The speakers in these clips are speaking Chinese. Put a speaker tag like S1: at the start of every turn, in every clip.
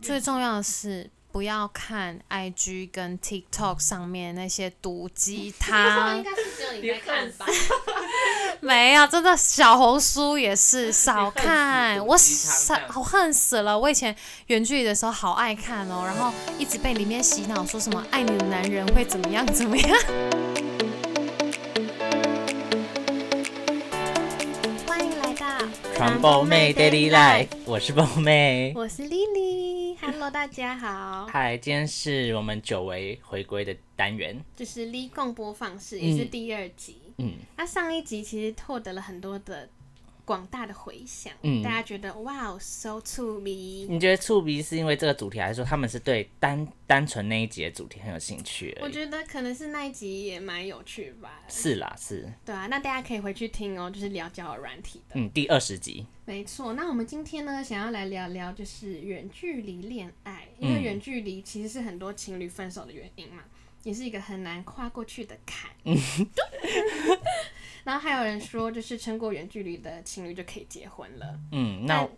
S1: 最重要的是不要看 IG 跟 TikTok 上面那些毒 鸡汤
S2: 应，该是只有你在看吧？
S1: 没有，真的小红书也是少
S3: 你恨死
S1: 看，
S3: 毒
S1: 我
S3: 鸡汤
S1: 少
S3: 这样
S1: 我恨死了。我以前远距离的时候好爱看哦，然后一直被里面洗脑，说什么爱你的男人会怎么样怎么样。 欢迎来到
S3: 传播妹 Daily Life，我是波妹。
S2: 我是 Lily，Hello，大家好，
S3: 嗨，今天是我们久违回归的单元。
S2: 这是 l 共播放室，也是第二集。
S3: 嗯，
S2: 那、上一集其实获得了很多的广大的回响，
S3: 嗯
S2: 大家觉得哇哦，so to me。
S3: 你觉得触鼻是因为这个主题，还是说他们是对单单纯那一集的主题很有兴趣而
S2: 我
S3: 已？
S2: 觉得可能是那一集也蛮有趣吧，
S3: 是啦，是。
S2: 对啊，那大家可以回去听哦，就是聊交友软体的。
S3: 嗯，第二十集。
S2: 没错，那我们今天呢，想要来聊聊就是远距离恋爱，因为
S3: 嗯
S2: 远距离其实是很多情侣分手的原因嘛，也是一个很难跨过去的坎。
S3: 嗯
S2: 然后还有人说，就是撑过远距离的情侣就可以结婚了。
S3: 嗯，那
S2: 但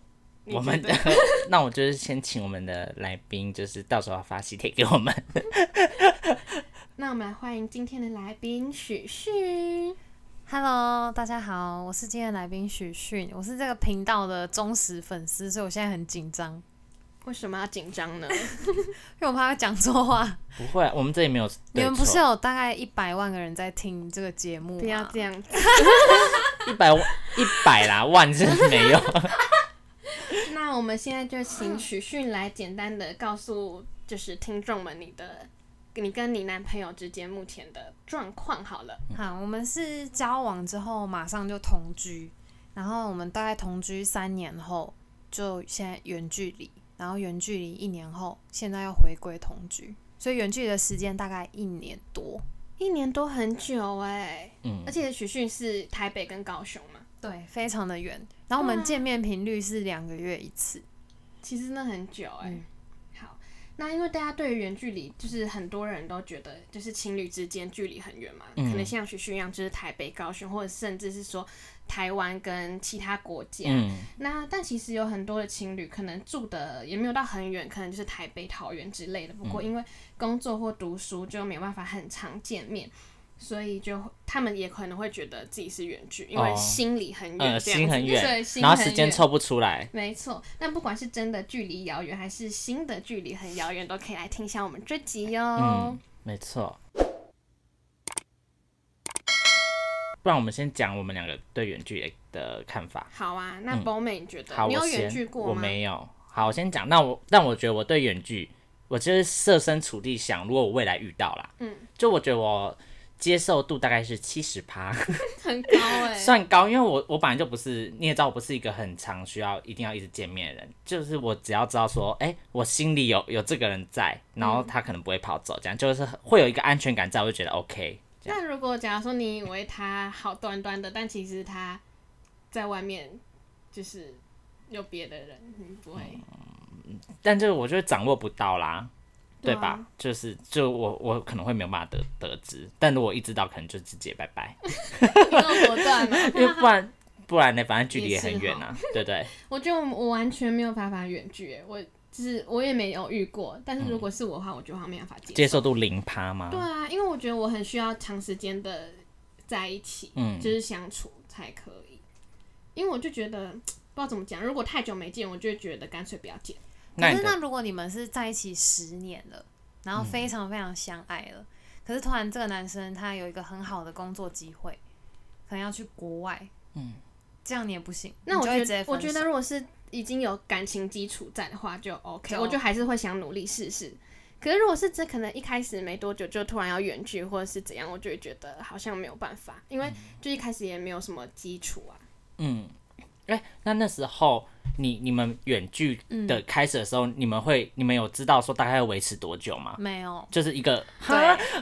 S2: 你
S3: 我们
S2: 觉
S3: 的
S2: 得
S3: 那我就是先请我们的来宾，就是到时候发喜帖给我们。
S2: 那我们来欢迎今天的来宾许旭。
S1: Hello，大家好，我是今天的来宾许迅，我是这个频道的忠实粉丝，所以我现在很紧张，
S2: 为什么要紧张呢？
S1: 因为我怕会讲错话。
S3: 不会啊，我们这里没有
S1: 你
S3: 对
S1: 们不是
S3: 错。
S1: 有大概一百万个人在听这个节目吗？
S2: 不要这样子。
S3: 一百万一百啦，万是没有。
S2: 那我们现在就请许迅来简单的告诉，就是听众们你的，你跟你男朋友之间目前的状况好了。
S1: 好，我们是交往之后马上就同居，然后我们大概同居三年后就现在远距离，然后远距离一年后现在又回归同居，所以远距离的时间大概一年多。
S2: 一年多很久哎、
S3: 嗯
S2: 而，且许迅是台北跟高雄嘛，
S1: 对，非常的远。然后我们见面频率是两个月一次。
S2: 其实那很久哎、
S1: 嗯
S2: 好，那因为大家对于远距离，就是很多人都觉得，就是情侣之间距离很远嘛，
S3: 嗯
S2: 可能像许迅一样，就是台北、高雄，或者甚至是说台湾跟其他国家。
S3: 嗯，
S2: 那但其实有很多的情侣可能住的也没有到很远，可能就是台北、桃园之类的。不
S3: 嗯
S2: 过因为工作或读书就没有办法很常见面，所以就他们也可能会觉得自己是远距，因为
S3: 哦
S2: 心里很远、
S3: 呃，
S2: 这样
S3: 心
S2: 子
S3: 很
S2: 对，
S3: 远，
S2: 心
S3: 然后
S2: 很
S3: 时间
S2: 远
S3: 凑不出来。
S2: 没错，但不管是真的距离遥远，还是新的距离很遥远，都可以来听一下我们这集哟、
S3: 嗯，没错。不然我们先讲我们两个对远距离的看法。
S2: 好啊，那
S3: 嗯
S2: 博美你觉得、
S3: 好，
S2: 你有
S3: 我
S2: 远
S3: 先
S2: 距，过
S3: 我
S2: 吗？
S3: 没有。好，我先讲。那我，但我觉得我对远距，我就是设身处地想，如果我未来遇到啦，
S2: 嗯，
S3: 就我觉得我接受度大概是七十趴，
S2: 很高哎、
S3: 算高，因为我我本来就不是，你也知道，我不是一个很常需要一定要一直见面的人，就是我只要知道说，哎、我心里有有这个人在，然后他可能不会跑走，这样就是会有一个安全感在，我就觉得 OK。这样
S2: 那如果假如说你以为他好端端的，但其实他在外面就是有别的人，你不会、
S3: 嗯但这个我就掌握不到啦，
S2: 嗯对
S3: 对
S2: 啊
S3: 吧？ 就是就我我可能会没有办法得得知，但如果一知道，可能就直接拜 拜，
S2: 你有果断吗？
S3: 因为不然不然呢，反正距离
S2: 也
S3: 也
S2: 是哦
S3: 很远啊，对不对？
S2: 我觉得我我完全没有办法远距、欸，我就是我也没有遇过，但是如果是我的话，我觉得我没办法接受。
S3: 接受度零趴吗？
S2: 对啊，因为我觉得我很需要长时间的在一起，
S3: 嗯
S2: 就是相处才可以。因为我就觉得不知道怎么讲，如果太久没见，我就会觉得干脆不要见。
S3: 那
S1: 可
S3: 你
S1: 是那
S3: 的
S1: 如果你们是在一起十年了，然后非常非常相爱了，可是突然这个男生他有一个很好的工作机会，可能要去国外，嗯，这样你也不行。
S2: 那
S1: 你
S2: 我
S1: 就会
S2: 觉
S1: 直接
S2: 得，
S1: 分
S2: 我觉得
S1: 手
S2: 如果是已经有感情基础在的话，就 OK，
S1: 就
S2: 我就还是会想努力试试。可是如果是这可能一开始没多久就突然要远距或者是怎样，我就会觉得好像没有办法，因为就一开始也没有什么基础啊。
S3: 嗯，哎、那那时候你你们远距的开始的时候，你们会你们有知道说大概要维持多久吗？
S1: 没 有，
S3: 就是一个，啊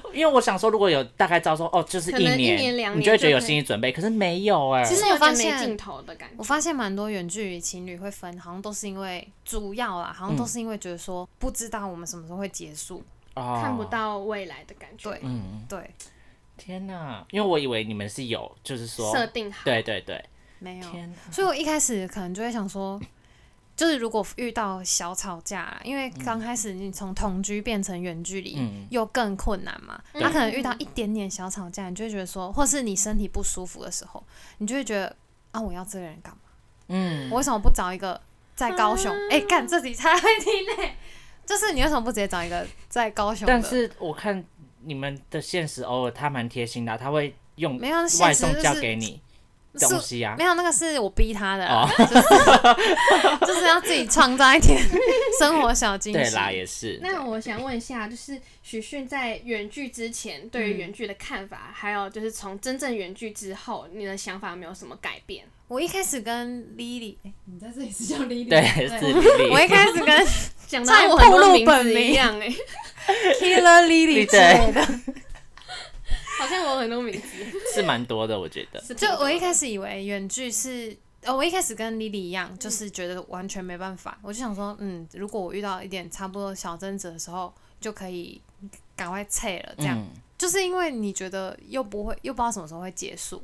S2: 对，
S3: 因为我想说，如果有大概知道说哦，就是
S2: 可
S3: 一
S2: 能一
S3: 年，
S2: 年两
S3: 你
S2: 年
S3: 就会觉得有
S2: 就可以
S3: 心理准备，可是没有哎、
S1: 其实
S2: 是
S1: 我
S2: 有点
S1: 发
S2: 没
S1: 现
S2: 尽头的感觉。
S1: 我发现蛮多远距离情侣会分，好像都是因为主要啦，好像
S3: 嗯
S1: 都是因为觉得说不知道我们什么时候会结束。
S3: 哦
S2: 看不到未来的感觉，
S1: 对
S3: 嗯，
S1: 对，
S3: 天哪！因为我以为你们是有，就是说，
S2: 设定好，
S3: 对对对，
S1: 没有。
S3: 天哪，
S1: 所以我一开始可能就会想说，就是如果遇到小吵架啦，因为刚开始你从同居变成远距离，
S3: 嗯，
S1: 又更困难嘛。
S2: 嗯
S1: 他可能遇到一点点小吵架，你就会觉得说，或是你身体不舒服的时候，你就会觉得啊，我要这个人干嘛？
S3: 嗯，
S1: 我为什么不找一个在高雄？哎、干这题才会听嘞、 就是你为什么不直接找一个在高雄的？
S3: 但是我看你们的现实，偶尔他蛮贴心的啊、他会用
S1: 没有，现
S3: 外
S1: 实
S3: 送
S1: 就
S3: 交
S1: 是
S3: 给你
S1: 是
S3: 东西啊哦
S1: 没。有，那个是我逼他的 啦，就是 就是要自己创造一点生活小惊
S3: 对
S1: 喜。
S3: 啦，也是。
S2: 那我想问一下，就是许迅在远距之前对
S1: 嗯
S2: 于远距的看法，还有就是从真正远距之后，你的想法有没有什么改变？
S1: 我一开始跟 Lily，
S2: 你在这里是叫 Lily，
S3: 对，是李
S1: 我一
S3: 丽。
S1: 开始 跟
S2: 讲
S1: 这样
S2: 到
S1: 我
S2: 很
S1: 暴
S2: 多
S1: 露
S2: 名
S1: 本
S2: 字
S1: 名
S2: 一样哎、
S1: Killer Lily
S3: 对
S1: 之类的，
S2: 好像我有很多名字。
S3: 是蛮多的，我觉得。
S2: 是
S1: 就我一
S2: 始
S1: 开始以为远距是。呃，我一开始跟 Lily 一样，就是觉得完全没办法。我就想说，嗯，如果我遇到一点差不多小争执的时候，就可以赶快撤了。这样、
S3: 嗯，
S1: 就是因为你觉得又不会，又不知道什么时候会结束，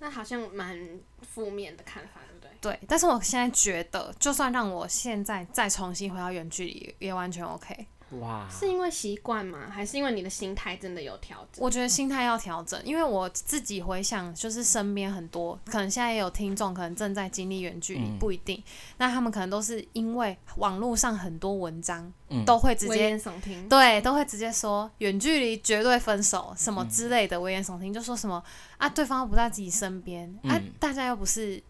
S2: 那好像蛮负面的看法，对不对？
S1: 对，但是我现在觉得，就算让我现在再重新回到远距离，也完全 OK。
S3: 哇，
S2: 是因为习惯吗？还是因为你的心态真的有调整？
S1: 我觉得心态要调整，因为我自己回想，就是身边很多，可能现在也有听众，可能正在经历远距离，
S3: 嗯
S1: 不一定。那他们可能都是因为网络上很多文章、
S3: 嗯
S1: 都会直
S2: 危
S1: 接
S2: 言耸听，
S1: 对，都会直接说远距离绝对分手什
S3: 嗯
S1: 么之类的危言耸听，就说什么啊，对方又不在自己身边、啊
S3: 嗯，
S1: 大家又不是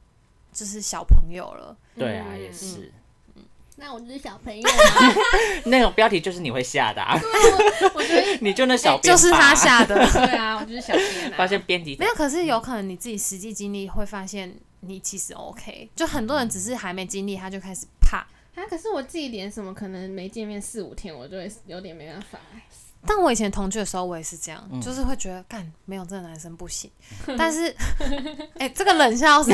S1: 就是小朋友了。
S3: 对啊，
S2: 嗯
S3: 也是。
S2: 那我就是小朋 友啊，
S1: 嗯
S3: 那种标题就是你会下的、啊，
S2: 我觉得
S3: 你就那小
S1: 哎
S3: 编、
S1: 就是他。下的，
S2: 对啊，我就是小编啊。
S3: 发现编辑
S1: 没有，可是有可能你自己实际经历会发现，你其实 OK。就很多人只是还没经历，他就开始怕。
S2: 啊，可是我自己连什么可能没见面四五天，我就会有点没办法欸。
S1: 但我以前同居的时候，我也是这样，就是会觉得干没有这个男生不行。但是， 哎、这个冷笑是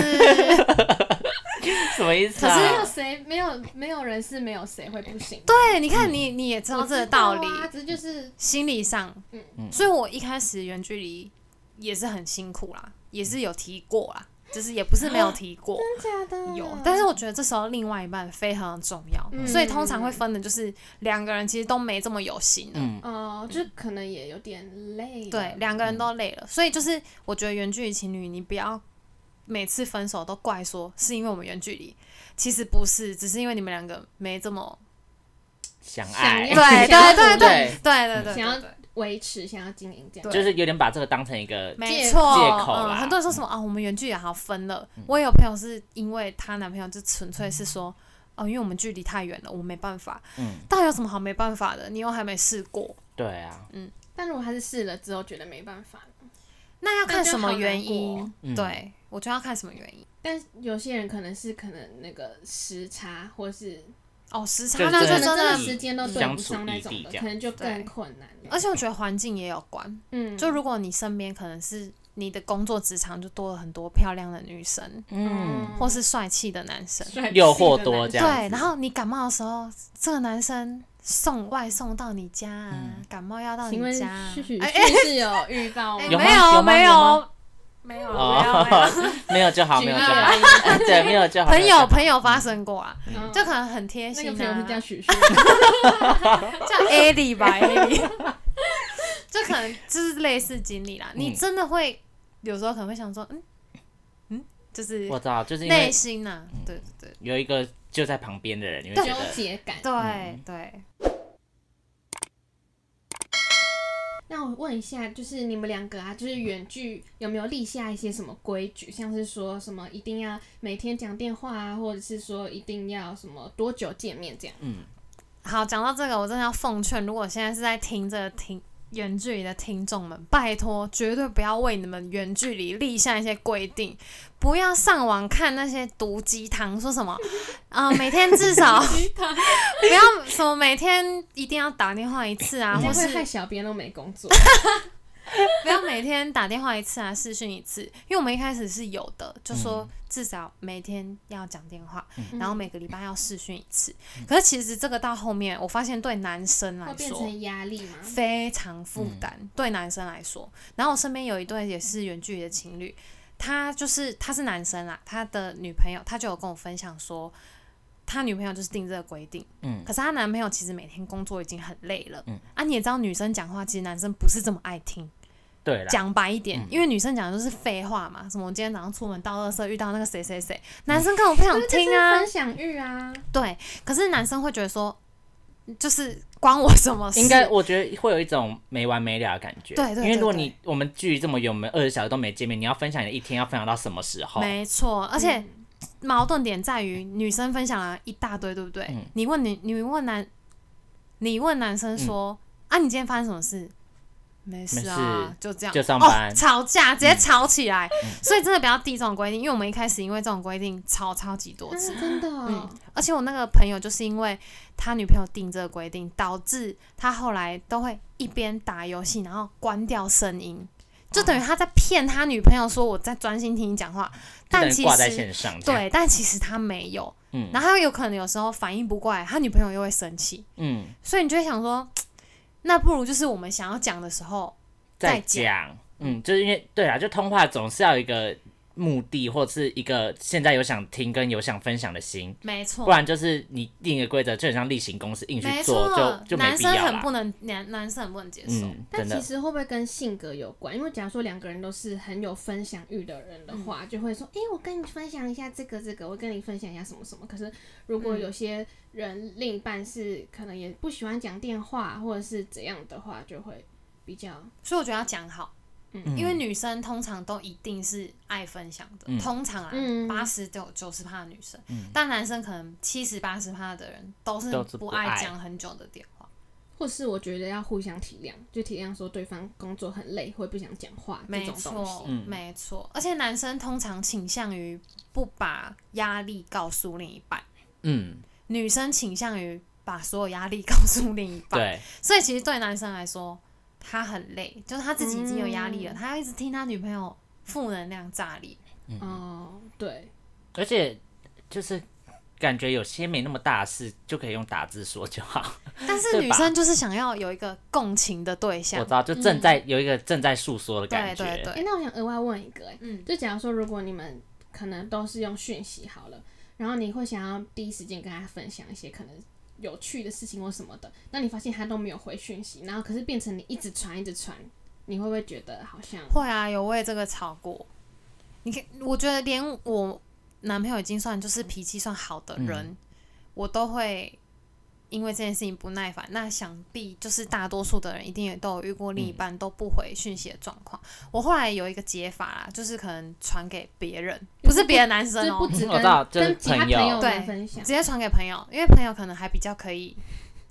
S3: 什么意思
S1: 可
S2: 没有
S3: 啊？
S2: 谁没有没有人是没有谁会不行的，
S1: 对，你看你你也知
S2: 我
S1: 道
S2: 知
S1: 这个道理，
S2: 啊只嗯是就是
S1: 心理上，所以我一开始远距离也是很辛苦啦，也是有提过啦，就是也不是
S2: 啊
S1: 没有提过。
S2: 真假的
S3: 嗯
S1: 有，但是我觉得这时候另外一半非常重要，
S2: 嗯
S1: 所以通常会分的就是两个人其实都没这么有心了，
S3: 嗯，
S2: 哦，就是可能也有点累了。
S1: 对，两个人都累了，所以就是我觉得远距离情侣，你不要每次分手都怪说是因为我们远距离，其实不是，只是因为你们两个没这 么
S3: 相
S2: 想
S3: 爱
S2: 要
S1: 对，对对对对
S3: 对
S1: 对对
S2: 想要
S1: 对对，
S2: 维持想要经营这样，
S1: 对
S3: 就是有点把这个当成一个
S1: 没
S2: 借
S1: 错，
S3: 借口
S1: 嗯，
S3: 啦嗯
S1: 很多人说什么啊，我们远距离好分了，我也有朋友是因为她男朋友就纯粹是说。哦，因为我们距离太远了，我没办法。
S3: 嗯，
S1: 到底有什么好没办法的？你又还没试过，
S3: 对啊，
S2: 但如果他是试了之后觉得没办法，
S1: 那要看什么原
S2: 那就好难
S1: 因？
S3: 嗯
S1: 对，我觉得要看什么原因。
S2: 但有些人可能是可能那个时差，或是
S1: 哦，时
S3: 就
S1: 差
S3: 是
S1: 那就
S2: 可
S1: 真
S2: 能真的
S1: 的，
S2: 时间都对不上那种
S3: 相处异地
S2: 的，
S3: 这样
S2: 可能就
S1: 对
S2: 更困难了。
S1: 而且我觉得环境也有关。
S2: 嗯，
S1: 就如果你身边可能是你的工作职场就多了很多漂亮的女生，
S3: 嗯，
S1: 或是帅气的男生，
S2: 帅气
S3: 诱惑
S2: 的
S3: 嗯多
S2: 男
S3: 这样子。
S1: 对，然后你感冒的时候，这个男生送外送到你家
S3: 嗯
S1: 啊，感冒药到
S2: 请问
S1: 你家啊
S2: 旭，旭
S1: 哎
S2: 是有遇到
S1: 哎
S2: 吗？
S3: 有吗
S1: 没有
S3: 有吗
S1: 没
S3: 有
S1: 有
S3: 吗
S1: 没有
S3: 哦
S1: 没有没有，
S3: 没有就好，
S2: 举
S3: 没有
S2: 例
S3: 就
S2: 而
S3: 好，
S2: 已。
S3: 对，没有就
S1: 啊
S3: 好。
S1: 朋
S3: 没有就
S1: 友
S3: 好
S1: 朋友发生过啊，
S2: 嗯
S1: 就可能很贴
S2: 那
S1: 心
S2: 个
S1: 啊。
S2: 朋友是叫许旭，
S1: 叫 A 里吧，A 里， 就可能就是类似经历啦。
S3: 嗯
S1: 你真的会有时候可能会想说，嗯嗯，就是
S3: 我知道，就是因
S1: 内
S3: 为嗯
S1: 心呐，对对
S3: 有一个就在旁边的人，你会觉
S2: 纠
S3: 得
S2: 结感。
S3: 嗯
S1: 对对，
S2: 那我问一下，就是你们两个啊，就是远距有没有立下一些什么规矩？像是说什么一定要每天讲电话啊，或者是说一定要什么多久见面这样？
S3: 嗯
S1: 好，讲到这个，我真的要奉劝，如果现在是在听这个听远距离的听众们，拜托，绝对不要为你们远距离立下一些规定，不要上网看那些毒鸡汤，说什么，呃，每天至少 不要什么每天一定要打电话一次 啊，
S2: 会
S1: 或
S2: 不会
S1: 是
S2: 害小编都没工作？
S1: 不要每天打电话一次啊，视讯一次，因为我们一开始是有的，就说至少每天要讲电话，嗯
S2: 嗯
S1: 然后每个礼拜要视讯一次。可是其实这个到后面，我发现对男生
S2: 会
S1: 来
S2: 变
S1: 说
S2: 成压力吗？
S1: 非常负担，对男生来说。然后我身边有一对也是远距离的情侣，他就是他是男生啦，他的女朋友他就有跟我分享说，他女朋友就是定这个规定，
S3: 嗯
S1: 可是她男朋友其实每天工作已经很累了，啊，你也知道女生讲话其实男生不是这么爱听，
S3: 对啦，嗯
S1: 讲白一点，因为女生讲的就是废话嘛，什么我今天早上出门到垃圾遇到那个谁谁谁，男生根本不想听 啊，
S2: 分享欲啊，
S1: 对，可是男生会觉得说，就是关我什么事？
S3: 应该我觉得会有一种没完没了的感觉。
S1: 对对对
S3: 因为如果
S1: 对
S3: 你我们距离这么远，我们二十小时都没见面，你要分享你的一天，要分享到什么时候？
S1: 没
S3: 嗯
S1: 错，而且
S2: 嗯
S1: 矛盾点在于女生分享了一大堆，对不对？
S3: 嗯
S1: 你问你，你问男，你问男生说、啊，你今天发生什么事？没事啊，
S3: 嗯没事
S1: 就这样，
S3: 就上班嗯
S1: 哦、吵架直接吵起来，所以真的不要递这种规定，因为我们一开始因为这种规定吵超级多
S2: 嗯
S1: 次，
S2: 真的哦，
S1: 而且我那个朋友就是因为他女朋友定这个规定，导致他后来都会一边打游戏，然后关掉声音，就等于
S3: 哦
S1: 他在骗他女朋友说我在专心听你讲话，
S3: 就
S1: 但
S3: 等于
S1: 其
S3: 挂在
S1: 实
S3: 线上这样。
S1: 对，但其实他没有。
S3: 嗯
S1: 然后他有可能有时候反应不过来，他女朋友又会生气，
S3: 嗯，
S1: 所以你就会想说，嘖那不如就是我们想要讲的时候，
S3: 再
S1: 再
S3: 讲，嗯，就是因为对啊，就通话总是要有一个目的，或者是一个现在有想听跟有想分享的心，
S1: 没错
S3: 不，然就是你定一个规则，就很像例行公事硬去
S1: 没
S3: 做，
S1: 错
S3: 就，就没
S1: 男
S3: 必
S1: 生
S3: 要
S1: 很
S3: 啦。
S1: 不能男男生很不能接受，
S3: 嗯，
S2: 但
S3: 真
S2: 其
S3: 的，
S2: 实会不会跟性格有关？因为假如说两个人都是很有分享欲的人的话，就会说，哎、我跟你分享一下这个这个，我跟你分享一下什么什么。可是如果
S1: 嗯
S2: 有些人另一半是可能也不喜欢讲电话或者是怎样的话，就会比较
S1: 所以我觉得要讲好。
S3: 嗯
S1: 因为女生通常都一定是爱分享的，
S3: 嗯
S1: 通常啊
S2: 嗯，
S1: 八十九九十趴的女生，但男生可能七十八十趴的人都是
S3: 都是
S1: 不
S3: 不爱
S1: 爱讲很久的电话，
S2: 或是我觉得要互相体谅，就体谅说对方工作很累，会不想讲话这
S1: 没
S2: 种东西
S1: 错。，
S3: 嗯
S1: 没错，而且男生通常倾向于不把压力告诉另一半，
S3: 嗯，
S1: 女生倾向于把所有压力告诉另一半，
S3: 对，
S1: 所以其实对男生来说，他很累，就是他自己已经有压
S2: 嗯
S1: 力了，他要一直听他女朋友负能量炸裂，
S2: 哦，对，
S3: 而且就是感觉有些没那么大的事，就可以用打字说就好。
S1: 但是
S3: 对
S1: 女
S3: 吧
S1: 生就是想要有一个共情的对
S3: 我
S1: 象
S3: 知。道，就正在、有一个正在诉说的
S1: 对
S3: 感觉。
S1: 对
S2: 哎、
S1: 对，
S2: 那我想额外问一个、哎，
S1: 嗯，
S2: 就假如说，如果你们可能都是用讯息好了，然后你会想要第一时间跟他分享一些可能有趣的事情或什么的，那你发现他都没有回讯息，然后可是变成你一直传一直传，你会不会觉得好像
S1: 会啊，有为这个吵过。你看，我觉得连我男朋友已经算就是脾气算好的人，
S3: 嗯
S1: 我都会因为这件事情不耐烦。那想必就是大多数的人一定也都有遇过另一半都不回讯息的状况。我后来有一个解法啦，就是可能传给别人，不是别的男
S2: 就
S1: 生
S2: 是
S1: 哦、
S2: 不止跟、
S3: 嗯 我知道就是
S2: 跟其他
S3: 朋友
S2: 友
S1: 对
S2: 们分享
S1: 直？接传给朋友，因为朋友可能还比较可以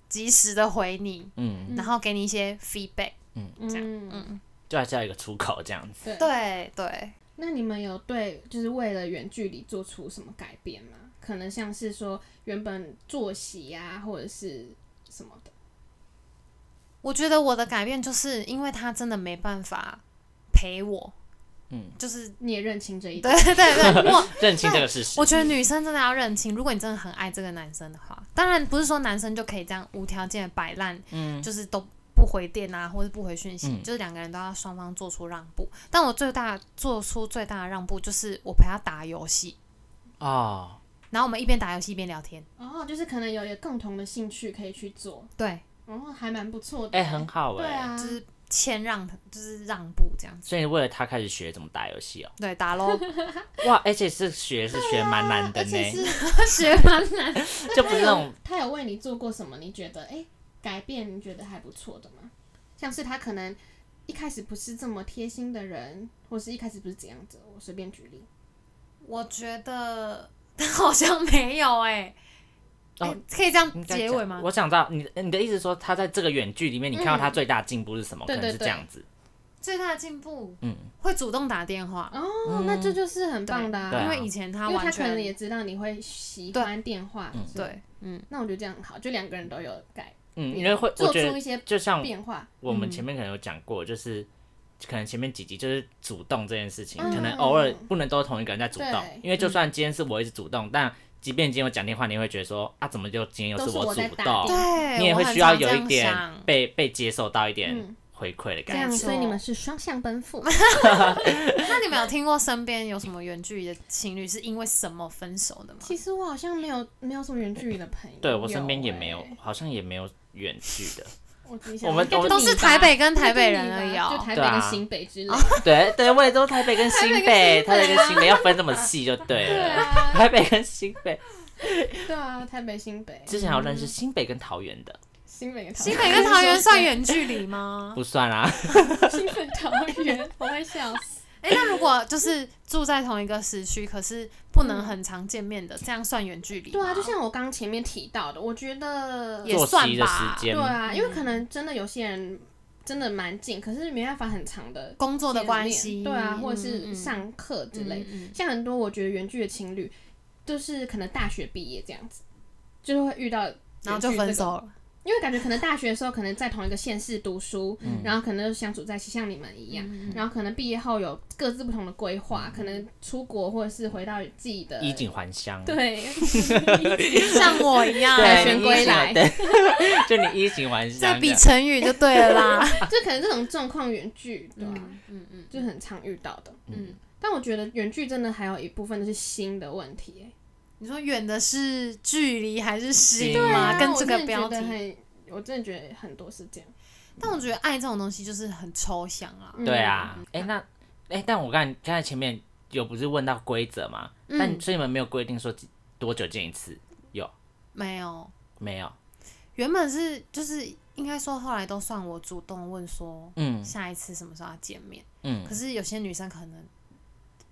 S1: 及时的回你，
S3: 嗯，
S1: 然后给你一些 feedback。这样
S2: 嗯嗯，
S3: 就还是要有一个出口这样子。
S2: 对。
S1: 对对，
S2: 那你们有对就是为了远距离做出什么改变吗？可能像是说原本作息呀、或者是什么的。
S1: 我觉得我的改变就是因为他真的没办法陪我，
S3: 嗯，
S1: 就是
S2: 你也认清这一
S1: 对对
S2: 点，
S1: 对，我
S3: 认清这个事实。
S1: 我觉得女生真的要认清，如果你真的很爱这个男生的话，当然不是说男生就可以这样无条件的摆烂，
S3: 嗯，
S1: 就是都不回电啊，或者不回讯息，
S3: 嗯
S1: 就是两个人都要双方做出让步。但我最大做出最大的让步就是我陪他打游戏，
S3: 哦，
S1: 然后我们一边打游戏一边聊天，
S2: 哦，就是可能有一个共同的兴趣可以去做，
S1: 对，
S2: 然后哦还蛮不错的。
S3: 哎、很好哎、
S2: 对啊，
S1: 就是谦让，就是让步这样子，
S3: 所以为了他开始学怎么打游戏哦，
S1: 对，打喽，
S3: 哇，而且是学是学蛮难的
S2: 啊而且
S3: 呢，
S2: 是
S1: 学完
S3: 就不是那种
S2: 他有为你做过什么？你觉得哎、改变你觉得还不错的吗？像是他可能一开始不是这么贴心的人，或是一开始不是怎样子，我随便举例。
S1: 我觉得好像没有哎、
S3: 哦
S1: 欸可以这样
S3: 应该
S1: 结
S3: 讲
S1: 尾吗？
S3: 我想知道你你的意思说他在这个远距里面，你看到他最大的进步是什么？
S2: 嗯对
S3: 可能是
S2: 对对
S3: 这样子，
S1: 最大的进步，
S3: 嗯，
S1: 会主动打电话，
S2: 哦，那这就是很棒的、
S3: 对啊
S1: 因为以前他
S2: 因为
S1: 完
S2: 他可能
S1: 全
S2: 也知道你会喜欢电话，是吧
S1: 对，嗯，
S2: 那我觉得这样很好，就两个人都有改，
S3: 嗯，因为会我
S2: 做
S3: 觉
S2: 出
S3: 得嗯
S2: 一些
S3: 就像
S2: 变嗯化。
S3: 我们前面可能有讲过，就是。可能前面几集就是主动这件事情，
S2: 嗯
S3: 可能偶尔不能都是同一个人在主动
S2: 对，嗯
S3: 因为就算今天是我一直主动，但即便今天我讲电话，你会觉得说啊，怎么就今天又
S2: 都是
S3: 我
S2: 我在
S3: 主
S2: 打
S3: 动？
S2: 电话
S1: 对，
S3: 你也
S1: 我
S3: 会
S1: 很
S3: 需要
S1: 常这
S3: 有一
S1: 样
S3: 点
S1: 想
S3: 被被接受到一点
S2: 嗯
S3: 回回馈的
S2: 这
S3: 感觉。
S2: 样，
S1: 没错
S2: 所以你们是双向奔赴。
S1: 那你们有听过身边有什么远距离的情侣是因为什么分手的吗？
S2: 其实我好像没有没有什么远距离的朋友，
S3: 对我身边也
S2: 欸
S3: 没有，好像也没有远距 的。
S2: 我自己想
S3: 我们
S2: 应该就
S3: 我们
S1: 都
S2: 你
S1: 是
S2: 吧
S1: 台北跟台北
S2: 应该就
S1: 人而
S2: 你
S1: 已
S2: 吧
S1: 哦
S2: 就台
S3: 对
S2: 北
S3: 啊
S2: 跟新北之类的。
S3: 对对，我也都台北跟新北，
S2: 台
S3: 台
S2: 北跟新北啊
S3: 北跟新北要分这么细就对
S2: 对
S3: 了。
S2: 啊，
S3: 台北跟新北，
S2: 对啊，台北新北，
S3: 之前还有
S2: 嗯
S3: 认识新北跟桃园的，
S2: 新北跟桃
S1: 新
S2: 园
S1: 北跟桃园算远距离吗？
S3: 不算啊啦。
S2: 新北桃园，我会笑死。
S1: 哎、那如果就是住在同一个时区，可是不能很常见面的，这样算远距离吗？
S2: 对啊，就像我刚前面提到的，我觉得
S1: 也嗯
S3: 作
S1: 算
S3: 息的时
S1: 吧
S3: 间
S2: 对，啊，因为可能真的有些人真的蛮近，可是没办法很长的
S1: 工作的关
S2: 见
S1: 系，
S2: 面对啊，或者
S1: 嗯
S2: 是上课之类。
S1: 嗯嗯嗯
S2: 像很多我觉得原剧的情侣，就是可能大学毕业这样子，就会遇到、
S1: 然后就分。手 了。
S2: 因为感觉可能大学的时候可能在同一个县市读书，然后可能就相处在一起，像你们一样，然后可能毕业后有各自不同的规划，可能出国或者是回到自己的
S3: 衣锦还乡。
S2: 对，
S1: 像我一样，
S2: 海
S3: 对，
S2: 选
S3: 你
S2: 归
S3: 衣锦
S2: 来
S3: 还对， 就你衣锦还乡
S1: 这
S3: 样。
S1: 比成语就对了啦。
S2: 就可能这种状况远距对吧、
S1: 嗯嗯，
S2: 就很常遇到的。
S1: 嗯，
S2: 但我觉得远距真的还有一部分就是心的问题耶，
S1: 你说远的是距离还是心
S3: 对
S1: 吗？
S3: 啊
S1: 嗯跟这个标
S2: 标
S1: 题
S2: 题，很，我真的觉得很多是这样。嗯
S1: 但我觉得爱这种东西就是很抽象啦。
S3: 对啊，哎、那哎、但我刚才刚才前面有不是问到规则吗？
S2: 嗯
S3: 但所以你们没有规定说几多久见一次？
S1: 没有，
S3: 没有，
S1: 原本是就是应该说后来都算我主动问说
S3: 嗯
S1: 下一次什么时候要见面，
S3: 嗯
S1: 可是有些女生可能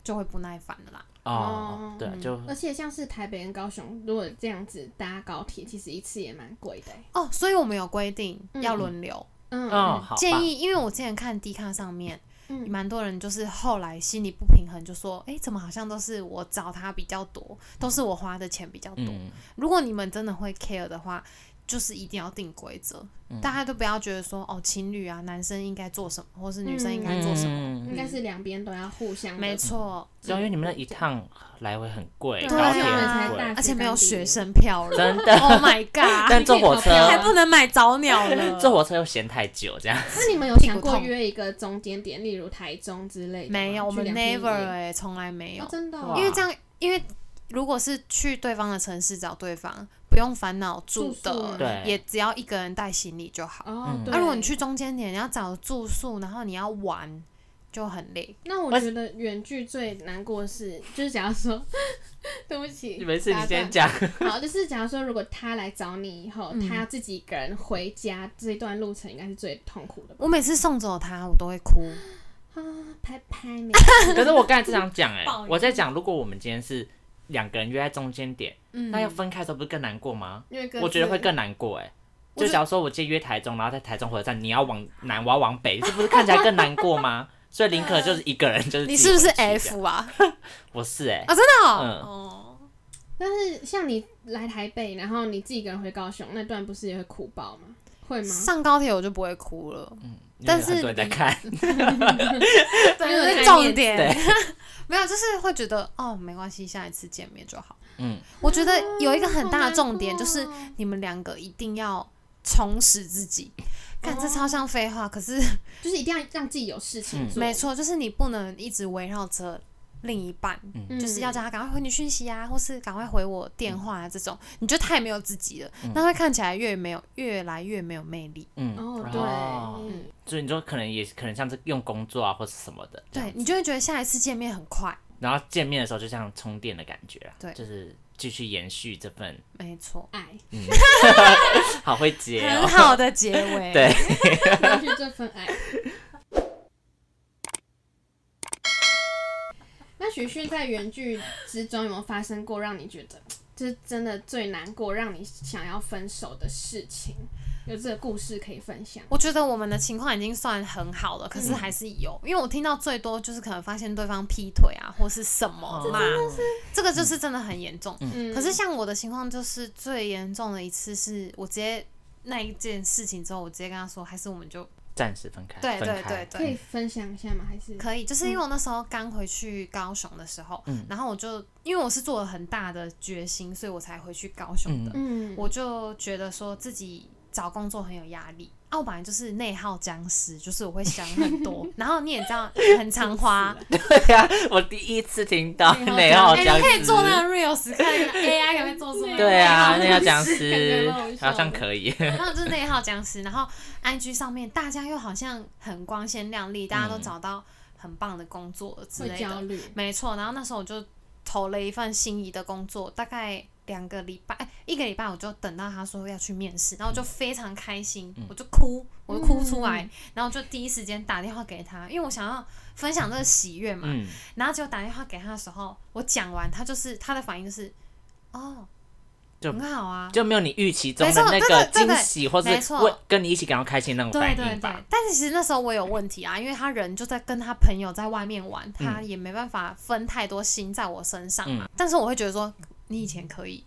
S1: 就会不耐烦了啦。
S3: 哦
S2: 哦，
S3: 对，就
S2: 而且像是台北跟高雄，如果这样子搭高铁，其实一次也蛮贵的耶。
S1: 哦，所以我们有规定要轮流，
S2: 嗯，
S3: 哦，好吧，
S1: 建议，因为我之前看 D 卡上面，
S2: 嗯
S1: 蛮多人就是后来心里不平衡，就说，哎、怎么好像都是我找他比较多，都是我花的钱比较多。
S3: 嗯
S1: 如果你们真的会 care 的话，就是一定要定规则，
S3: 嗯
S1: 大家都不要觉得说，哦，情侣啊，男生应该做什么，或是女生应该做什么。
S3: 么？
S2: 应该是两边都要互
S3: 嗯
S2: 相嗯的。
S1: 嗯没错，
S3: 只要嗯因为你们那一趟来回很贵，
S2: 对
S3: 高
S1: 对
S3: 铁
S2: 啊所
S3: 很
S2: 以才
S1: 啊
S3: 贵，
S2: 大，
S1: 而且没有学生票了
S3: 真的。
S1: ，Oh my god，
S3: 但坐火
S2: 你可
S3: 车
S2: 以逃票
S1: 还不能买早鸟
S2: 啊
S1: 了，
S3: 坐火车又嫌太久， 这样。
S2: 那你们有想过约一个中间点，例如台中之类的吗？
S1: 没有，我们
S2: 去两天一
S1: never
S2: 夜
S1: 哎、从来没有
S2: 哦，。真的哦，
S3: 哇
S1: 因为这样，因为如果是去对方的城市找对方，不用烦恼住
S2: 住宿
S1: 的，
S2: 啊
S3: 对
S1: 也只要一个人带行李就好。
S2: 哦，
S3: 嗯
S2: 对
S1: 那、啊如果你去中间点，你要找住宿，然后你要玩，就很累。
S2: 那我
S3: 而
S2: 觉得远距最难过的是，就是假如说， 对不起，
S3: 没事，
S2: 打
S3: 你
S2: 断
S3: 先。讲。
S2: 好，就是假如说，如果他来找你以后，
S1: 嗯
S2: 他要自己一个人回家，这一段路程应该是最痛苦的吧？
S1: 我每次送走他，我都会哭。
S2: 啊，拍拍 你，
S3: 可是我刚才正想 讲，哎
S1: 抱，怨
S3: 我在讲，如果我们今天是两个人约在中间点，
S1: 嗯
S3: 那要分开的时候不是更难过吗？
S2: 因为各自
S3: 我觉得会更难过哎、
S1: 我
S3: 就
S1: 觉
S3: 假如说我今天约台中，然后在台中火车站，你要往南，我要往 北，这不是看起来更难过吗？所以林可就是一个人，就是
S1: 你
S3: 自己
S1: 是不是
S3: 回去这样
S1: F 啊？
S3: 我是哎、
S1: 啊，真的哦、
S3: 嗯
S1: 哦，
S2: 但是像你来台北，然后你自己一个人回高雄，那段不是也会哭爆吗？会吗？
S1: 上高铁我就不会哭了。
S3: 因为
S1: 但是
S3: 很多人在看，
S2: 因为
S1: 这
S2: 太
S1: 是
S2: 面
S1: 重点。 没有，就是会觉得哦，没关系，下一次见面就好。
S3: 嗯，
S1: 我觉得有一个很
S2: 哦
S1: 大的重点
S2: 好难过
S1: 就是
S2: 哦
S1: 你们两个一定要充实自己。看，这超像废话，可是
S2: 就是一定要让自己有事情做，
S1: 没错，就是你不能一直围绕着另一半，
S2: 嗯，
S1: 就是要叫他赶快回你讯息啊，或是赶快回我电话啊，这种你就太没有自己了，那会看起来越没有，越来越没有魅力。
S3: 嗯，
S2: 哦，对，
S3: 哦
S2: 嗯
S3: 所以你说可能也可能像是用工作啊或是什么的，这样
S1: 对，你就会觉得下一次见面很快，
S3: 然后见面的时候就像充电的感觉啊，
S1: 对
S3: 就是继续延续这份，嗯
S1: 没错，
S2: 爱，
S3: 好会接
S1: 很
S3: 哦，
S1: 好的结尾。
S3: 对，
S2: 要去这份爱。那许旭在原剧之中有没有发生过让你觉得就是真的最难过，让你想要分手的事情？有这个故事可以分享？
S1: 我觉得我们的情况已经算很好了，可是还是有，因为我听到最多就是可能发现对方劈腿啊，或是什么嘛，哦这个就是真的很严重。
S2: 嗯，
S1: 可是像我的情况，就是最严重的一次是我直接那一件事情之后，我直接跟他说，还是我们就
S3: 暂时分开，
S1: 对
S3: 分
S1: 对
S3: 开
S1: 对
S2: 可以
S1: 对，
S2: 分享一下吗？还是
S1: 可以，就是因为我那时候刚回去高雄的时候，
S3: 嗯
S1: 然后我就因为我是做了很大的决心，所以我才回去高雄的。
S2: 嗯，
S1: 我就觉得说自己找工作很有压力。啊，我本来就是内耗僵尸，就是我会想很 多，然后你也知道，很常花，
S3: 对呀、我第一次听到
S2: 内耗
S3: 内耗
S1: 哎、
S3: 僵
S1: 你可以
S3: 尸，
S1: 做那个 reels，看 AI 可不可以做出来。
S3: 对啊，
S2: 内
S3: 内
S2: 耗
S3: 耗
S2: 僵
S3: 僵
S2: 尸感
S3: 尸
S2: 觉蛮好笑的
S3: 好像可以，
S1: 然后就是内耗僵尸，然后 IG 上面大家又好像很光鲜亮丽，大家都
S3: 嗯
S1: 找到很棒的工作之
S2: 会
S1: 类
S2: 焦
S1: 的，
S2: 虑，
S1: 没错。然后那时候我就投了一份心仪的工作，大概两个礼拜，哎，一个礼拜我就等到他说要去面试，然后我
S3: 嗯
S1: 就非常开心，我就哭，我就哭出
S2: 嗯
S1: 来，然后就第一时间打电话给他，因为我想要分享这个喜悦嘛。
S3: 嗯，
S1: 然后结果打电话给他的时候，我讲完，他就是他的反应就是，哦，
S3: 就
S1: 很好啊，
S3: 就没有你预期中
S1: 没错
S3: 的那
S1: 对
S3: 个
S1: 对对
S3: 惊
S1: 对
S3: 喜，或
S1: 没
S3: 是
S1: 错
S3: 为跟你一起感到开心的那种
S1: 对
S3: 反
S1: 对
S3: 应
S1: 对
S3: 吧。，
S1: 但是其实那时候我有问题啊，因为他人就在跟他朋友在外面玩，
S3: 嗯
S1: 他也没办法分太多心在我身上嘛。但是我会觉得说，你以前可以，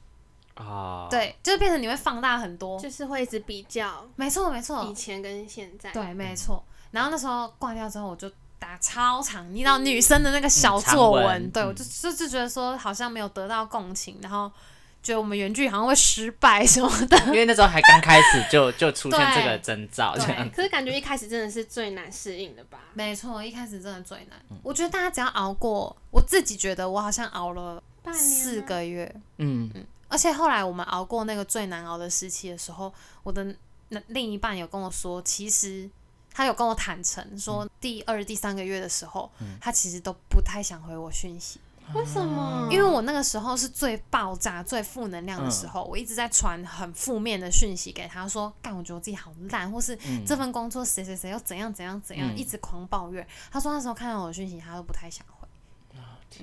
S3: 哦，，
S1: 对，就是变成你会放大很多。
S2: 就是会一直比较
S1: 没错，没
S2: 以
S3: 哦
S1: 错，
S2: 前跟现在。
S1: 对，
S3: 嗯
S1: 没错。然后那时候挂掉之后，我就打超长，你知道女生的那个小
S3: 嗯长
S1: 作
S3: 文
S1: 文，对
S3: 嗯
S1: 我就就就觉得说好像没有得到共情，然后觉得我们原剧好像会失败什么的。
S3: 因为那时候还刚开始就就出现
S1: 对
S3: 这个征兆，这样
S1: 对
S2: 可是感觉一开始真的是最难适应的吧？
S1: 没错，一开始真的最难。
S3: 嗯
S1: 我觉得大家只要熬过，我自己觉得我好像熬了
S2: 半年吗啊
S1: 四个月，
S3: 嗯，
S1: 而且后来我们熬过那个最难熬的时期的时候，我的那另一半有跟我说，其实他有跟我坦诚
S3: 嗯
S1: 说，第二、第三个月的时候，他其实都不太想回我讯息，
S2: 为什么？
S1: 因为我那个时候是最爆炸、最负能量的
S3: 嗯
S1: 时候，我一直在传很负面的讯息给他，说干，我觉得我自己好烂，或是
S3: 嗯
S1: 这份工作谁谁谁又怎样怎样怎样，
S3: 嗯
S1: 一直狂抱怨。他说那时候看到我的讯息，他都不太想回。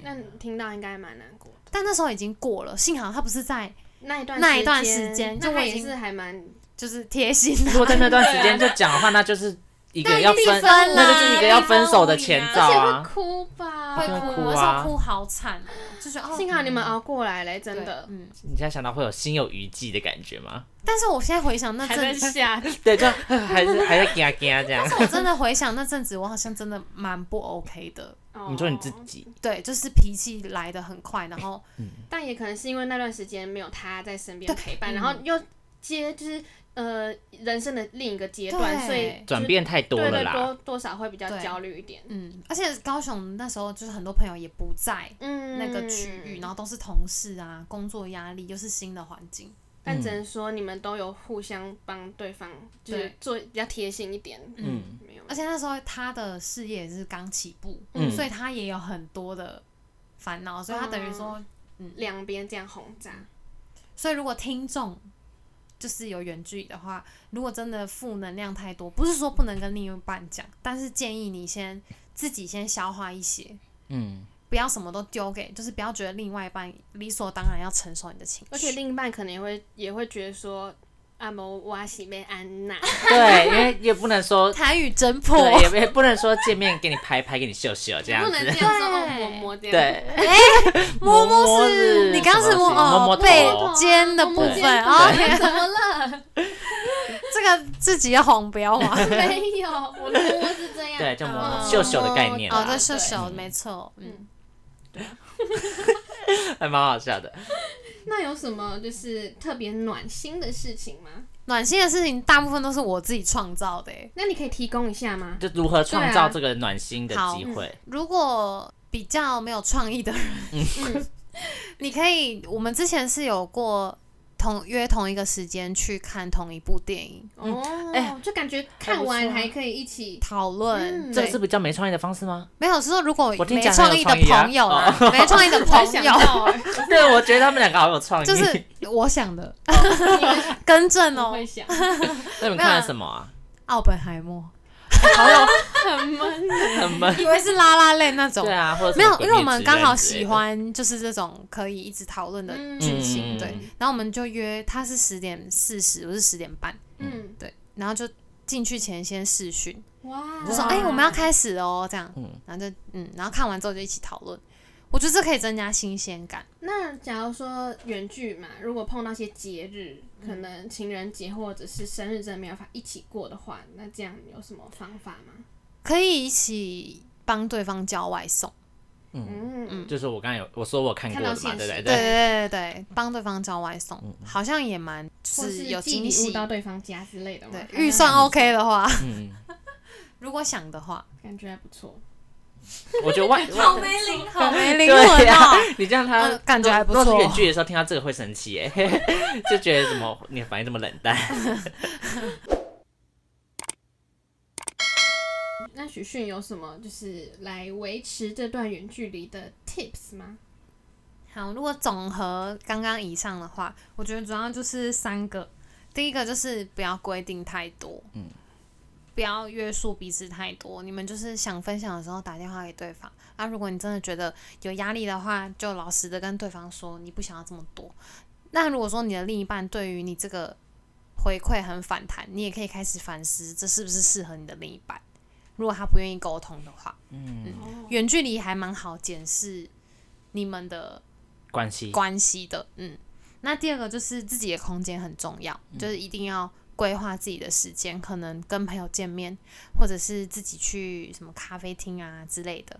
S2: 那你听到应该蛮难过的。
S1: 但那时候已经过了，幸好他不是在
S2: 那一段
S1: 那一段
S2: 时
S1: 时间
S2: 那
S1: 就
S2: 他
S1: 我已
S2: 也
S1: 经
S2: 是还蛮
S1: 就是贴心啊的
S3: 如果在那段时间就讲的话，那就是一个要分，
S1: 分
S3: 那就是一个要分手的前
S1: 而且
S3: 兆
S2: 而且
S3: 啊。
S2: 会哭吧？嗯
S1: 会
S3: 一定会
S1: 哭，
S3: 哭
S1: 我
S3: 啊
S1: 那时候哭好惨哦，就觉得哦，
S2: 幸好你们熬过来了，真
S1: 对
S2: 的。
S1: 嗯。
S3: 你现在想到会有心有余悸的感觉吗？
S1: 但是我现在回想那
S2: 还
S1: 阵
S2: 在
S1: 子，
S2: 下，
S3: 对，就 还是还在嘎嘎啊这样。
S1: 我真的回想那阵子，我好像真的蛮不 OK 的。
S3: 你说你
S2: 哦
S3: 自己，
S1: 对，就是脾气来的很快，然后
S2: 但也可能是因为那段时间没有他在身边陪
S1: 嗯
S2: 伴，然后又接就是呃人生的另一个阶
S1: 对
S2: 段，所以
S3: 转变太多
S2: 对
S3: 了
S2: 对
S3: 啦。
S2: 多多少会比较
S1: 对
S2: 焦虑一点。
S1: 嗯，而且高雄那时候就是很多朋友也不在
S2: 嗯，
S1: 那个区域，然后都是同事啊，工作压力又是新的环境，
S3: 嗯
S2: 但只能说你们都有互相帮对方，就是
S1: 对
S2: 做比较贴心一点。
S3: 嗯，
S2: 没有，
S1: 而且那时候他的事业也是刚起步，
S3: 嗯
S1: 所以他也有很多的烦恼，所以他等于说，
S2: 两边这样轰炸，
S1: 所以如果听众就是有远距离的话，如果真的负能量太多，不是说不能跟另一半讲，但是建议你先自己先消化一些，
S3: 嗯，
S1: 不要什么都丢给，就是不要觉得另外一半理所当然要承受你的情绪，
S2: 而且另一半可能也会也会觉得说，啊阿摩瓦西被安娜，
S3: 对，因为也不能说，
S1: 台语真 破，
S3: 对，也也不能说见面给你拍拍，给你秀秀这样
S2: 不能这
S3: 子。
S2: 样说 哦，摸摸这样。
S3: 对，
S1: 哎 摸摸
S3: 摸
S1: 是，
S3: 是
S1: 你刚刚是
S3: 什么
S1: 摸
S3: 东西摸
S1: 哦
S3: 摸
S1: 背
S3: 头
S1: 肩的部
S2: 摸摸
S1: 分
S2: 肩
S1: 哦，
S2: 对怎么了？
S1: 这个自己要黄标啊。
S2: 嗯没有，我的摸是这样。
S3: 对，就摸
S1: 哦
S3: 摸秀秀的概念
S1: 哦，
S3: 啦，
S1: 对，射手没错，嗯，
S3: 还蛮好笑的。
S2: 那有什么就是特别暖心的事情吗？
S1: 暖心的事情大部分都是我自己创造的欸。
S2: 那你可以提供一下吗？
S3: 就如何创造
S2: 对啊
S3: 这个暖心的机会？
S1: 如果比较没有创意的人，
S2: 嗯
S1: 你可以，我们之前是有过同约同一个时间去看同一部电影，
S2: 哦，
S3: 哎
S2: 就感觉看
S3: 还不错
S2: 完
S3: 啊
S2: 还可以一起。
S1: 讨论
S2: 嗯
S3: 这
S1: 对
S3: 个是比较没创意的方式吗？
S1: 没有是说如果
S3: 我听
S1: 没
S3: 起来很有
S1: 创意的
S3: 创意啊
S1: 朋友啊， 没创意的
S2: 我还
S1: 朋
S2: 想
S1: 友，
S2: 到哎，
S3: 对，我觉得他们两个好有创意。
S1: 就是我想的，
S2: 你
S1: 更正
S2: 我
S1: 哦，
S2: 会想，
S3: 那你们看了什么啊？
S1: 奥本海默，
S3: 好有
S2: 很闷。
S3: 很闷。
S1: 以为是拉拉类那种
S3: 对，啊，或者什
S1: 没有
S3: 么，
S1: 因
S3: 鬼
S1: 为我
S3: 灭
S1: 们
S3: 之
S1: 刚好
S3: 刃之类
S1: 喜
S3: 的，
S1: 欢就是这种可以一直讨论的
S2: 嗯
S1: 剧情，
S3: 嗯
S1: 对。然后我们就约他是十点四十，我是十点半，
S2: 嗯，
S1: 对。然后就进去前先试训，
S2: 哇，
S1: 就说哎、我们要开始哦，这样。
S3: 嗯
S1: 然后就嗯，然后看完之后就一起讨论。我觉得这可以增加新鲜感。
S2: 那假如说远距嘛，如果碰到一些节日，可能情人节或者是生日真的没有办法一起过的话，那这样有什么方法吗？
S1: 可以一起帮对方叫外送，
S2: 嗯，
S3: 就是我刚才有我说我看过
S2: 看到
S3: 的嘛，
S2: 现
S3: 对不
S2: 实
S3: 对？嗯
S1: 对对对对，帮对方交外送，好像也蛮
S2: 或
S1: 是
S2: 是
S1: 有
S2: 寄
S1: 惊
S2: 礼物
S1: 喜。
S2: 到对方家之类的嘛
S1: 对，，
S2: 看
S1: 预
S2: 看
S1: 算 OK 的话，
S3: 嗯，
S1: 如果想的话，
S2: 感觉还不错。
S3: 我觉得外外
S1: 没灵，好没灵
S3: 对啊
S1: 魂
S3: 呀
S1: 哦。，
S3: 你这样他
S1: 嗯感觉还不错
S3: 如果是远距的时候听到这个会生气耶， 就觉得怎么你反应这么冷淡？
S2: 那许迅有什么就是来维持这段远距离的 tips 吗？
S1: 好，如果总和刚刚以上的话，我觉得主要就是三个。第一个就是不要规定太多，嗯，不要约束彼此太多。你们就是想分享的时候打电话给对方。啊，如果你真的觉得有压力的话，就老实的跟对方说你不想要这么多。那如果说你的另一半对于你这个回馈很反弹，你也可以开始反思这是不是适合你的另一半。如果他不愿意沟通的话，
S3: 嗯
S2: 哦，
S1: 远距离还蛮好检视你们的
S3: 关系，
S1: 关系的，嗯。那第二个就是自己的空间很重要，就是一定要规划自己的时间，可能跟朋友见面，或者是自己去什么咖啡厅啊之类的，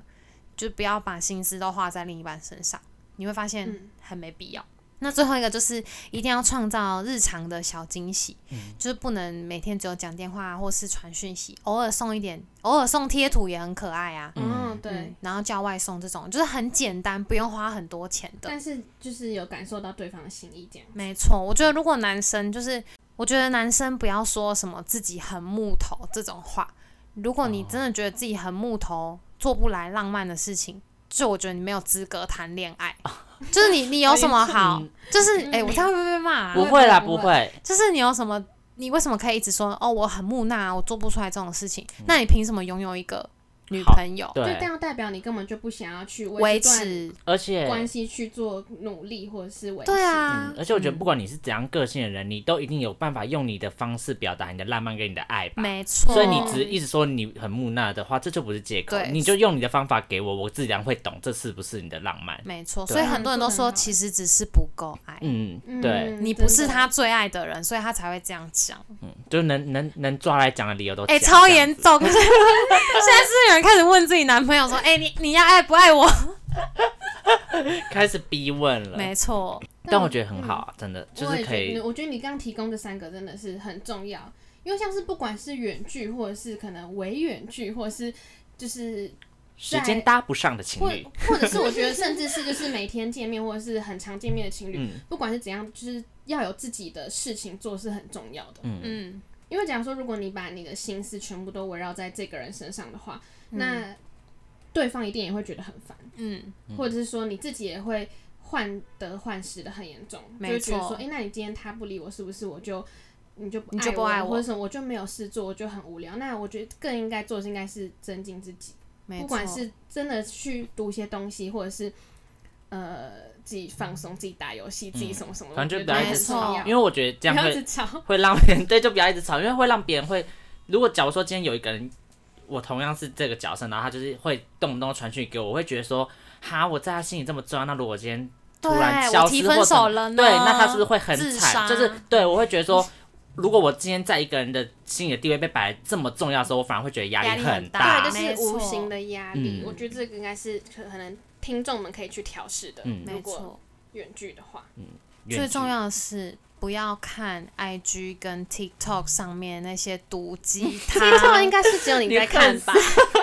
S1: 就不要把心思都花在另一半身上，你会发现
S2: 嗯
S1: 很没必要。那最后一个就是一定要创造日常的小惊喜，就是不能每天只有讲电话或是传讯息，偶尔送一点，偶尔送贴图也很可爱啊。
S2: 嗯，对
S1: 嗯。，然后叫外送这种就是很简单，不用花很多钱的。
S2: 但是就是有感受到对方的心意，这样
S1: 没错，我觉得如果男生就是，我觉得男生不要说什么自己很木头这种话。如果你真的觉得自己很木头，做不来浪漫的事情，就我觉得你没有资格谈恋 爱。就是你，你有什么 好？就是哎、我这样会不会被骂、啊？
S3: 不会啦，
S2: 不
S3: 不
S2: 会
S3: 会，
S1: 就是你有什么，你为什么可以一直说哦，我很木讷，我做不出来这种事情？那你凭什么拥有一个女朋友？
S2: 就
S3: 对
S2: 这，样代表你根本就不想要去
S1: 维
S2: 这段
S1: 持
S3: 而且
S2: 关系去做努力或者是维持。
S1: 对啊，
S3: 嗯而且我觉得，不管你是怎样个性的人，你都一定有办法用你的方式表达你的浪漫跟你的爱吧。
S1: 嗯没错。
S3: 所以你只一直说你很木讷的话，这就不是借口
S1: 对，
S3: 你就用你的方法给我，我自然会懂这是不是你的浪漫。
S1: 没错，
S3: 对
S1: 所以啊很多人都
S2: 说得
S1: 说
S2: 很好
S1: 其实只是不够爱。
S3: 嗯
S2: 嗯，，
S3: 对，
S1: 你不是
S2: 真的
S1: 他最爱的人，所以他才会这样讲。
S3: 就能能能抓来讲的理由都
S1: 哎、
S3: 讲
S1: 超
S3: 这样
S1: 严
S3: 子
S1: 重！ 现在是不是有人开始问自己男朋友说：“哎、你你要爱不爱我
S3: 开始逼问？”了。
S1: 没嗯错，
S3: 但我觉得很好啊，真的就
S2: 嗯我也
S3: 是
S2: 觉
S3: 可以
S1: 嗯
S2: 得，我觉得你刚刚提供这三个真的是很重要，因为像是不管是远距，或者是可能伪远距，或者是就是
S3: 时间搭不上的情
S2: 或
S3: 侣，
S2: 或者是我觉得甚至是就是每天见面，或者是很常见面的情侣，
S3: 嗯
S2: 不管是怎样，就是要有自己的事情做是很重要的。
S1: 嗯，
S2: 因为假如说，如果你把你的心思全部都围绕在这个人身上的话，那对方一定也会觉得很烦，
S1: 嗯，
S2: 或者是说你自己也会患得患失的很严重，就
S1: 没
S2: 会觉得
S1: 错
S2: 说，哎、那你今天他不理我，是不是我就你就不
S1: 你就不爱
S2: 我，
S1: 我
S2: 或者什么我就没有事做，我就很无聊。那我觉得更应该做的是应该是增进自己，
S1: 没错，
S2: 不管是真的去读一些东西，或者是呃自己放松、自己打游戏、自己什么什么，
S3: 嗯反正
S2: 我觉得
S3: 就不要
S2: 都
S3: 一
S2: 很
S3: 直
S2: 重
S1: 吵
S2: 要
S3: 因为我觉得这样
S2: 不要一
S3: 会
S2: 直吵，
S3: 会让别人 对，就不要一直吵，因为会让别人会，如果假如说今天有一个人，我同样是这个角色，然后他就是会动不动传讯给我，我会觉得说，哈，我在他心里这么重要，那如果我今天突然
S1: 对，我
S3: 消
S1: 提
S3: 失
S1: 分
S3: 或什
S1: 手
S3: 么，
S1: 了呢，
S3: 对，那他是不是会很
S1: 哦自杀
S3: 惨？就是对我会觉 得说。如果我今天在一个人的心里的地位被摆得这么重要的时候，我反而会觉得压
S1: 压力
S3: 力
S1: 很大
S3: 大。
S1: 对
S2: 对，
S1: 没
S2: 就是
S1: 错
S2: 无形的压力。
S3: 嗯
S2: 我觉得这个应该是可可能听众们可以去调试的。
S3: 嗯
S2: 如
S1: 没
S2: 果
S1: 错。
S2: 远距的 话，
S3: 远
S1: 最
S3: 距
S1: 重要的是。不要看 IG 跟 TikTok 上面那些毒鸡 汤，
S2: 该是只有你
S3: 在看吧？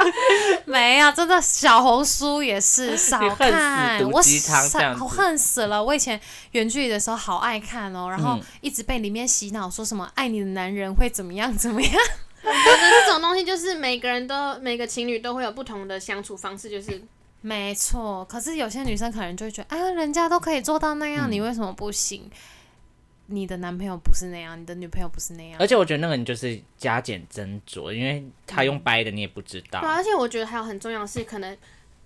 S1: 没啊有，真的小红书也 是少
S3: 你恨死
S1: 看，
S3: 毒
S1: 我
S3: 鸡汤这样
S1: 少
S3: 子
S1: 我恨死了。我以前远距离的时候好爱看哦，然后
S3: 嗯
S1: 一直被里面洗脑，说什么爱你的男人会怎么样怎么样。
S2: 我觉得这种东西就是每个人都每个情侣都会有不同的相处方式，就是
S1: 没错，可是有些女生可能就会觉得，哎呀，人家都可以做到那
S3: 嗯
S1: 样，你为什么不行？你的男朋友不是那样，你的女朋友不是那样
S2: 哎
S3: 而，且我觉得那个你就是加减斟酌，因为他用掰的你也不知道。
S2: 对啊，而且我觉得还有很重要的是，可能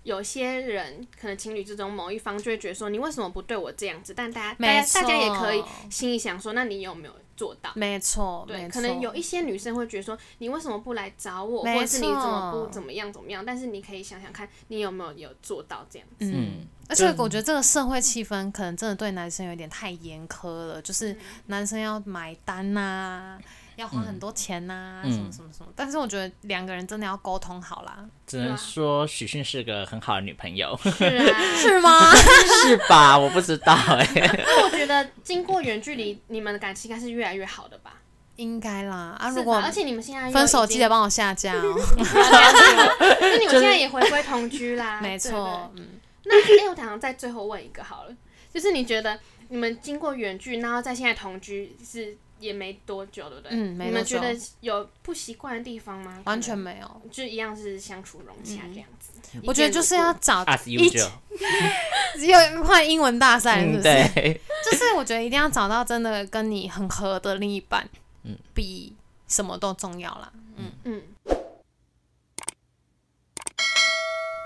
S2: 有些人可能情侣之中某一方就会觉得说，你为什么不对我这样子？但大家大
S1: 没
S2: 家
S1: 错
S2: 大家也可以心里想说，那你有没有做到？
S1: 没错，
S2: 对，
S1: 没
S2: 可能
S1: 错
S2: 有一些女生会觉得说，你为什么不来找我，
S1: 没
S2: 或者是你怎么
S1: 错
S2: 不怎么样怎么样？但是你可以想想看，你有没有有做到这样子？
S1: 嗯，而且我觉得这个社会气氛
S2: 嗯
S1: 可能真的对男生有点太严苛了，就是男生要买单呐、要花很多钱呐、
S3: 嗯
S1: 什么什么什么。但是我觉得两个人真的要沟通好啦，
S3: 只能说许迅是个很好的女朋友，
S2: 是啊，
S1: 是吗？
S3: 是吧？我不知道哎、
S2: 那我觉得经过远距离，你们的感情应该是越来越好的吧？
S1: 应该啦啊！
S2: 是
S1: 如
S2: 吧
S1: 果
S2: 而且你们现在又
S1: 分手
S2: 已经
S1: 记得帮我下架 哦。
S2: 那你们现在也回归同居啦，
S1: 没错，
S2: 对
S1: 嗯，
S2: 不对。那哎、我想再最后问一个好了，就是你觉得你们经过远距，然后在现在同居是也没多久，对不对？
S1: 嗯没
S2: 你们
S1: 多久
S2: 觉得有不习惯的地方吗？
S1: 完全没有。
S2: 可能就一样是相处融洽这样子。
S1: 我觉得就是要找
S2: 啊
S3: a s
S1: 一
S3: usual，
S1: 只有换英文大赛，是不
S3: 嗯，
S1: 是？
S3: 对，
S1: 就是我觉得一定要找到真的跟你很合的另一半，嗯，比什么都重要啦。
S2: 嗯。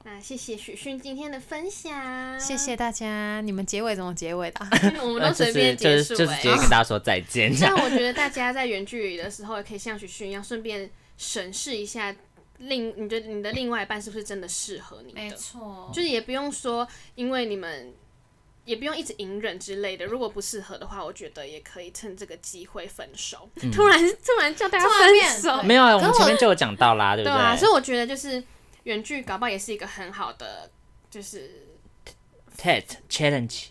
S2: 那谢谢许迅今天的分享，
S1: 谢谢大家，你们结尾怎么结尾的啊、
S2: 我们
S3: 呃
S2: 都
S3: 就
S2: 随
S3: 是
S2: 便
S3: 就
S2: 结
S3: 是
S2: 束
S3: 就是
S2: 哎、
S3: 直接跟大家说再 见， 这样
S2: 但我觉得大家在远距离的时候，也可以像许迅一样，顺便审视一下另你觉得你的另外一半是不是真的适合你的，
S1: 错，
S2: 就是也不用说因为你们。也不用一直隐忍之类的，如果不适合的话，我觉得也可以趁这个机会分手。 突然突然叫大
S1: 嗯
S2: 家
S1: 突然变
S2: 分手
S1: 对，
S3: 没有啊，我
S1: 可
S3: 们
S1: 我
S3: 前面就有讲到啦，对不
S2: 对
S3: 对？
S2: 啊，所以我觉得就是远距搞不好也是一个很好的，就是
S3: TED challenge，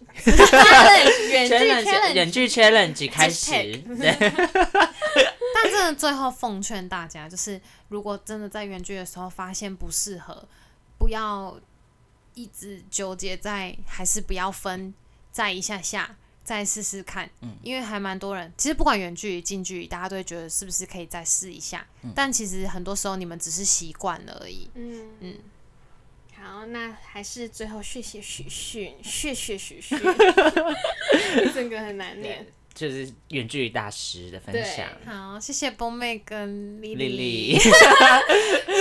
S2: 远距
S3: challenge，
S2: challenge
S3: 远距 challenge 开始，
S2: Hashtag
S3: 对，
S1: 但真的最后奉劝大家，就是如果真的在远距的时候发现不适合，不要一直纠结在还是不要分，再一下下，再试试看。嗯，因为还蛮多人，其实不管远距离、近距离，大家都会觉得是不是可以再试一下。但其实很多时候你们只是习惯了而已。
S2: 嗯
S1: 嗯
S2: 好，那还是最后谢谢许迅，谢谢许迅，整个很难念。
S3: 就是远距离大师的分享，
S1: 好，谢谢波妹跟丽
S3: 丽
S1: 丽，
S3: 丽，
S1: 谢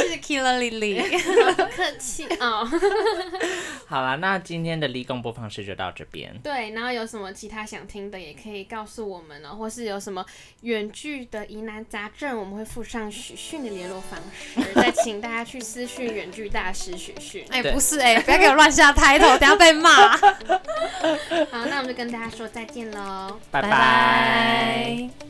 S1: 谢 Killer 丽丽。
S2: 不客气哦。
S3: 好啦，那今天的立功播放室就到这边，
S2: 对，然后有什么其他想听的，也可以告诉我们哦，或是有什么远距的疑难杂症，我们会附上许迅的联络方式，再请大家去私讯远距大师许迅。
S1: 哎、
S3: 对
S1: 不是哎、不要给我乱下抬头，等下被骂。
S2: 好，那我们就跟大家说再见喽。
S3: 拜
S1: 拜拜。